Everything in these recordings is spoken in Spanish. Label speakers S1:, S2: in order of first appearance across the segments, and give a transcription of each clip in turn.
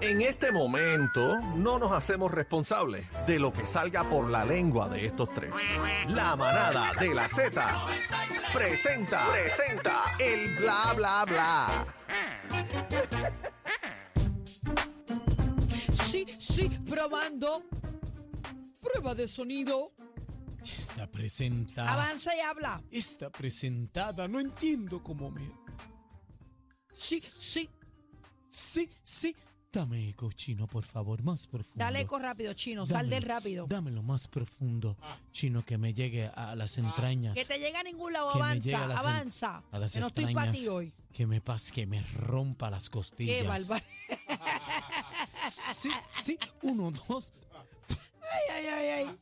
S1: En este momento no nos hacemos responsables de lo que salga por la lengua de estos tres. La manada de la Z presenta, presenta el bla bla bla.
S2: Sí, sí, probando. Prueba de sonido.
S3: Está presentada.
S2: Avanza y habla.
S3: Está presentada. No entiendo cómo me.
S2: Sí, sí.
S3: Sí, sí. Dame eco, chino, por favor, más profundo.
S2: Dale eco rápido, chino. Sal
S3: Dámelo,
S2: del rápido. Ah.
S3: Dámelo más profundo, chino, que me llegue a las entrañas.
S2: Que te llega a ningún lado.
S3: que me llegue
S2: Avanza,
S3: a las en-
S2: avanza.
S3: a las
S2: que no estoy para
S3: entrañas,
S2: ti hoy.
S3: Que me pas, que me rompa las costillas.
S2: Qué barbaridad.
S3: Sí, sí. Uno, dos.
S2: Ay, ay, ay.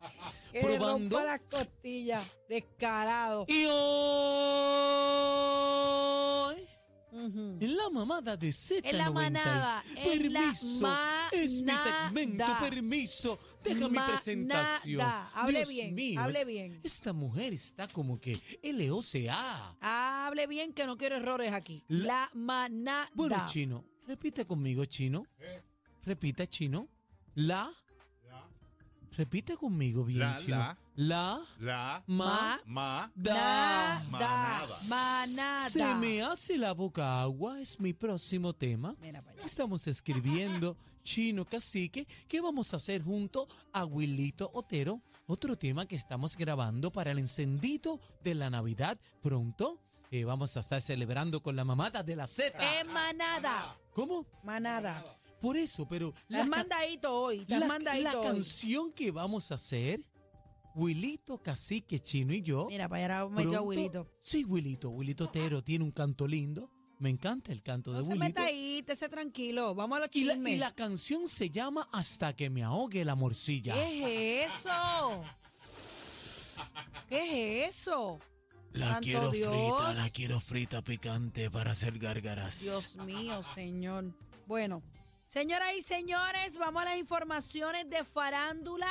S2: Que le
S3: Probando.
S2: rompa las costillas. Descarado.
S3: Y hoy.
S2: Ujú.
S3: En la mamada de Z90.
S2: En la manada, en la
S3: Permiso. es mi segmento.
S2: manada.
S3: Permiso. Deja mi
S2: Manada.
S3: presentación.
S2: Hable
S3: Dios
S2: bien,
S3: mío,
S2: hable
S3: es-
S2: bien.
S3: Esta mujer está como que LOCA.
S2: Hable bien que no quiero errores aquí. La,
S3: La-
S2: manada.
S3: Bueno, chino. Repite conmigo, chino. Repita, chino. La. Repite conmigo bien,
S4: La,
S3: chino.
S4: la.
S3: La.
S4: La
S3: Ma.
S4: ma
S3: Da.
S2: Nada.
S4: Manada.
S2: Manada.
S3: Se me hace la boca agua, es mi próximo tema.
S2: Mira para allá.
S3: Estamos escribiendo, chino cacique, que vamos a hacer junto a Wilito Otero, otro tema que estamos grabando para el encendido de la Navidad pronto. eh, vamos a estar celebrando con la mamada de la Z.
S2: Es manada.
S3: ¿Cómo?
S5: Manada.
S3: Por eso, pero
S5: Las
S3: ca-
S5: mandadito hoy. Las
S3: la-
S5: mandadito
S3: la
S5: hoy.
S3: canción que vamos a hacer, Wilito Cacique, Chino y yo.
S5: Mira, para allá metió a
S3: Pronto-
S5: Wilito.
S3: Sí, Wilito. Wilito Otero tiene un canto lindo. Me encanta el canto
S2: No
S3: de
S2: se
S3: Wilito.
S2: meta ahí, te sé tranquilo. Vamos a los
S3: Y la,
S2: chismes.
S3: y la canción se llama Hasta que me ahogue la morcilla.
S2: Eh, ¿Qué es eso? ¿Qué es eso?
S3: La
S2: santo quiero Dios. frita, la
S3: quiero frita picante para hacer gárgaras.
S2: Dios mío, señor. Bueno, señoras y señores, vamos a las informaciones de farándula.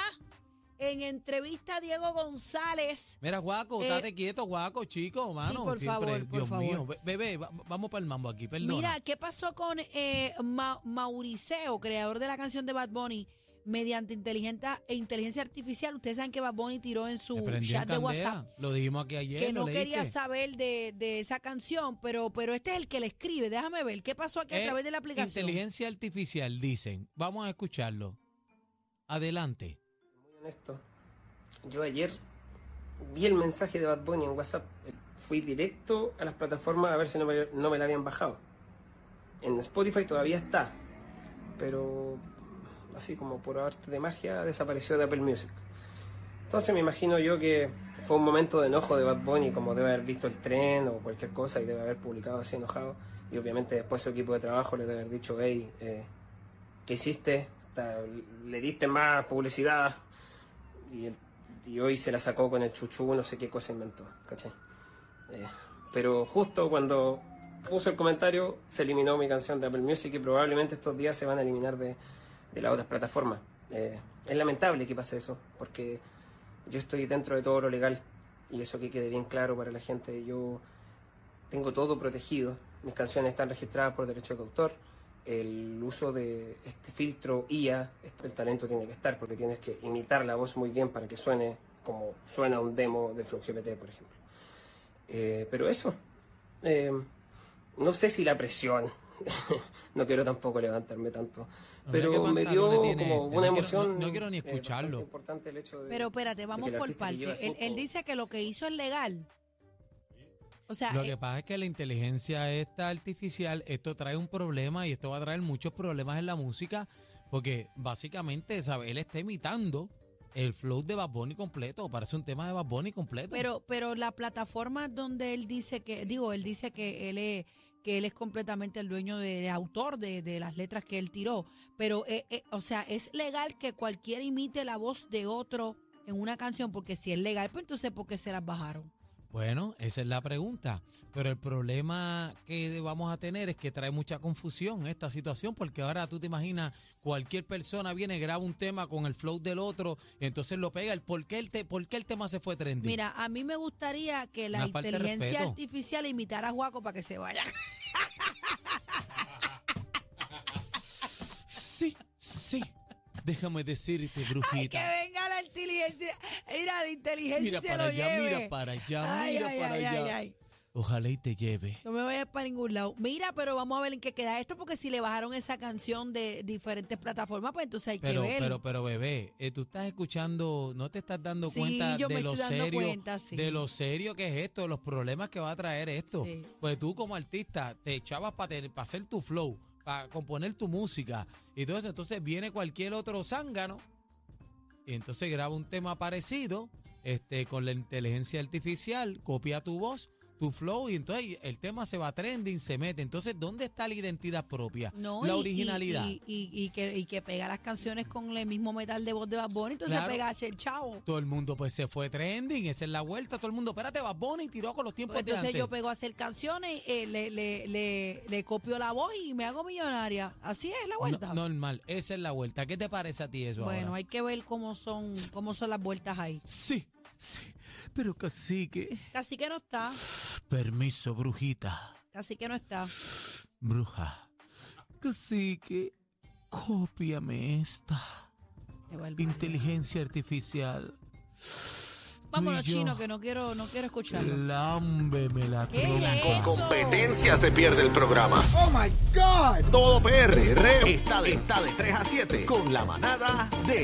S2: En entrevista a Diego González.
S3: Mira, Guaco,
S2: Eh,
S3: estate quieto, Guaco, chico, mano.
S2: por
S3: siempre,
S2: favor, por
S3: Dios
S2: favor.
S3: mío. Be- Bebé, va- vamos para el mambo aquí, perdona.
S2: Mira, ¿qué pasó con eh, Ma- Mauriceo, creador de la canción de Bad Bunny? Mediante inteligenta- e inteligencia artificial, ustedes saben que Bad Bunny tiró en su
S3: Te prendí en
S2: chat de
S3: candela.
S2: WhatsApp
S3: Lo dijimos aquí ayer,
S2: que
S3: ¿lo
S2: no quería
S3: leíste?
S2: saber de, de esa canción, pero, pero este es el que le escribe. Déjame ver qué pasó aquí a
S3: Eh,
S2: través de la aplicación.
S3: Inteligencia artificial, dicen. Vamos a escucharlo. Adelante.
S6: Muy honesto, yo ayer vi el mensaje de Bad Bunny en WhatsApp. Fui directo a las plataformas a ver si no me, no me la habían bajado. En Spotify todavía está, pero así como por arte de magia desapareció de Apple Music. Entonces me imagino yo que fue un momento de enojo de Bad Bunny, como debe haber visto el tren o cualquier cosa y debe haber publicado así enojado. Y obviamente después su equipo de trabajo le debe haber dicho, hey, eh, ¿qué hiciste? Ta- Le diste más publicidad, y, el- y hoy se la sacó con el chuchu, no sé qué cosa inventó, ¿cachai? Eh, pero justo cuando puso el comentario, se eliminó mi canción de Apple Music y probablemente estos días se van a eliminar de, de las otras plataformas. Eh, es lamentable que pase eso, porque yo estoy dentro de todo lo legal y eso que quede bien claro para la gente. Yo tengo todo protegido, mis canciones están registradas por derecho de autor. El uso de este filtro IA, el talento tiene que estar porque tienes que imitar la voz muy bien para que suene como suena un demo de FlowGPT, por ejemplo. Eh, pero eso, eh, no sé si la presión, no quiero tampoco levantarme tanto,
S3: Mira qué
S6: pero me dio
S3: pantalones tiene
S6: como
S3: este.
S6: una
S3: No quiero- no-
S6: emoción.
S3: no quiero ni
S6: eh,
S3: escucharlo.
S6: bastante importante el hecho de-
S2: Pero espérate, vamos
S6: de que el
S2: por
S6: artista que
S2: partes.
S6: lleva
S2: Él,
S6: su-
S2: él dice que lo que hizo es legal. O sea,
S3: Lo
S2: eh,
S3: que pasa es que la inteligencia esta artificial, esto trae un problema y esto va a traer muchos problemas en la música, porque básicamente, ¿sabes? Él está imitando el flow de Bad Bunny completo, parece un tema de Bad Bunny completo.
S2: pero, pero la plataforma donde él dice que, digo, él dice que él es, que él es completamente el dueño de, de autor de, de las letras que él tiró. Pero, eh, eh, o sea, es legal que cualquiera imite la voz de otro en una canción, porque si es legal, pues entonces ¿por qué se las bajaron?
S3: Bueno, esa es la pregunta. Pero el problema que vamos a tener es que trae mucha confusión esta situación, porque ahora tú te imaginas, cualquier persona viene, graba un tema con el flow del otro, entonces lo pega. El, ¿por, qué el te- ¿Por qué el tema se fue trendy?
S2: Mira, a mí me gustaría que la
S3: Una falta de
S2: inteligencia
S3: respeto.
S2: artificial imitara a Juaco para que se vaya.
S3: Sí, déjame decirte,
S2: Ay, que
S3: brujita.
S2: venga la inteligencia. Mira, la inteligencia
S3: Mira
S2: se
S3: para
S2: lo
S3: allá,
S2: lleve.
S3: mira para allá,
S2: Ay,
S3: mira
S2: ay,
S3: para
S2: ay,
S3: allá.
S2: ay, ay.
S3: Ojalá y te lleve.
S2: No me vayas para ningún lado. Mira, pero vamos a ver en qué queda esto, porque si le bajaron esa canción de diferentes plataformas, pues entonces hay
S3: Pero,
S2: que ver.
S3: pero, pero, bebé, eh, tú estás escuchando, no te estás dando
S2: Sí,
S3: cuenta
S2: yo
S3: de
S2: me
S3: lo
S2: estoy dando
S3: serio,
S2: cuenta, sí.
S3: de lo serio que es esto, de los problemas que va a traer esto.
S2: Sí.
S3: Pues tú como artista te echabas para hacer tu flow, para componer tu música y todo eso. Entonces viene cualquier otro zángano y entonces graba un tema parecido, este, con la inteligencia artificial, copia tu voz. Tu flow, y entonces el tema se va trending, se mete. Entonces, ¿dónde está la identidad propia?
S2: No, y-
S3: la
S2: y-
S3: originalidad.
S2: Y, y- y que, y que pega las canciones con el mismo metal de voz de Bad Bunny, entonces
S3: Claro.
S2: pega a Chel Chao.
S3: Todo el mundo pues se fue trending, esa es la vuelta, todo el mundo, espérate, Bad Bunny tiró con los tiempos
S2: Pues entonces
S3: de
S2: yo
S3: antes.
S2: pego a hacer canciones, eh, le, le, le, le copio la voz y me hago millonaria. Así es la vuelta.
S3: No- normal, esa es la vuelta. ¿Qué te parece a ti eso
S2: bueno,
S3: ahora?
S2: hay que ver cómo son, cómo son las vueltas ahí.
S3: Sí, sí, pero casi que...
S2: Casi que no está,
S3: Permiso, brujita,
S2: casi que no está.
S3: bruja. Casi que... Cópiame esta
S2: Me vuelvo loca.
S3: inteligencia artificial.
S2: Vámonos,
S3: Tú y yo.
S2: chino, que no quiero, no quiero escucharlo.
S3: Lámbeme la
S2: ¿Qué es eso?
S1: Competencia se pierde el programa. Oh my God. Todo PR está de, está de 3 a 7 con la manada de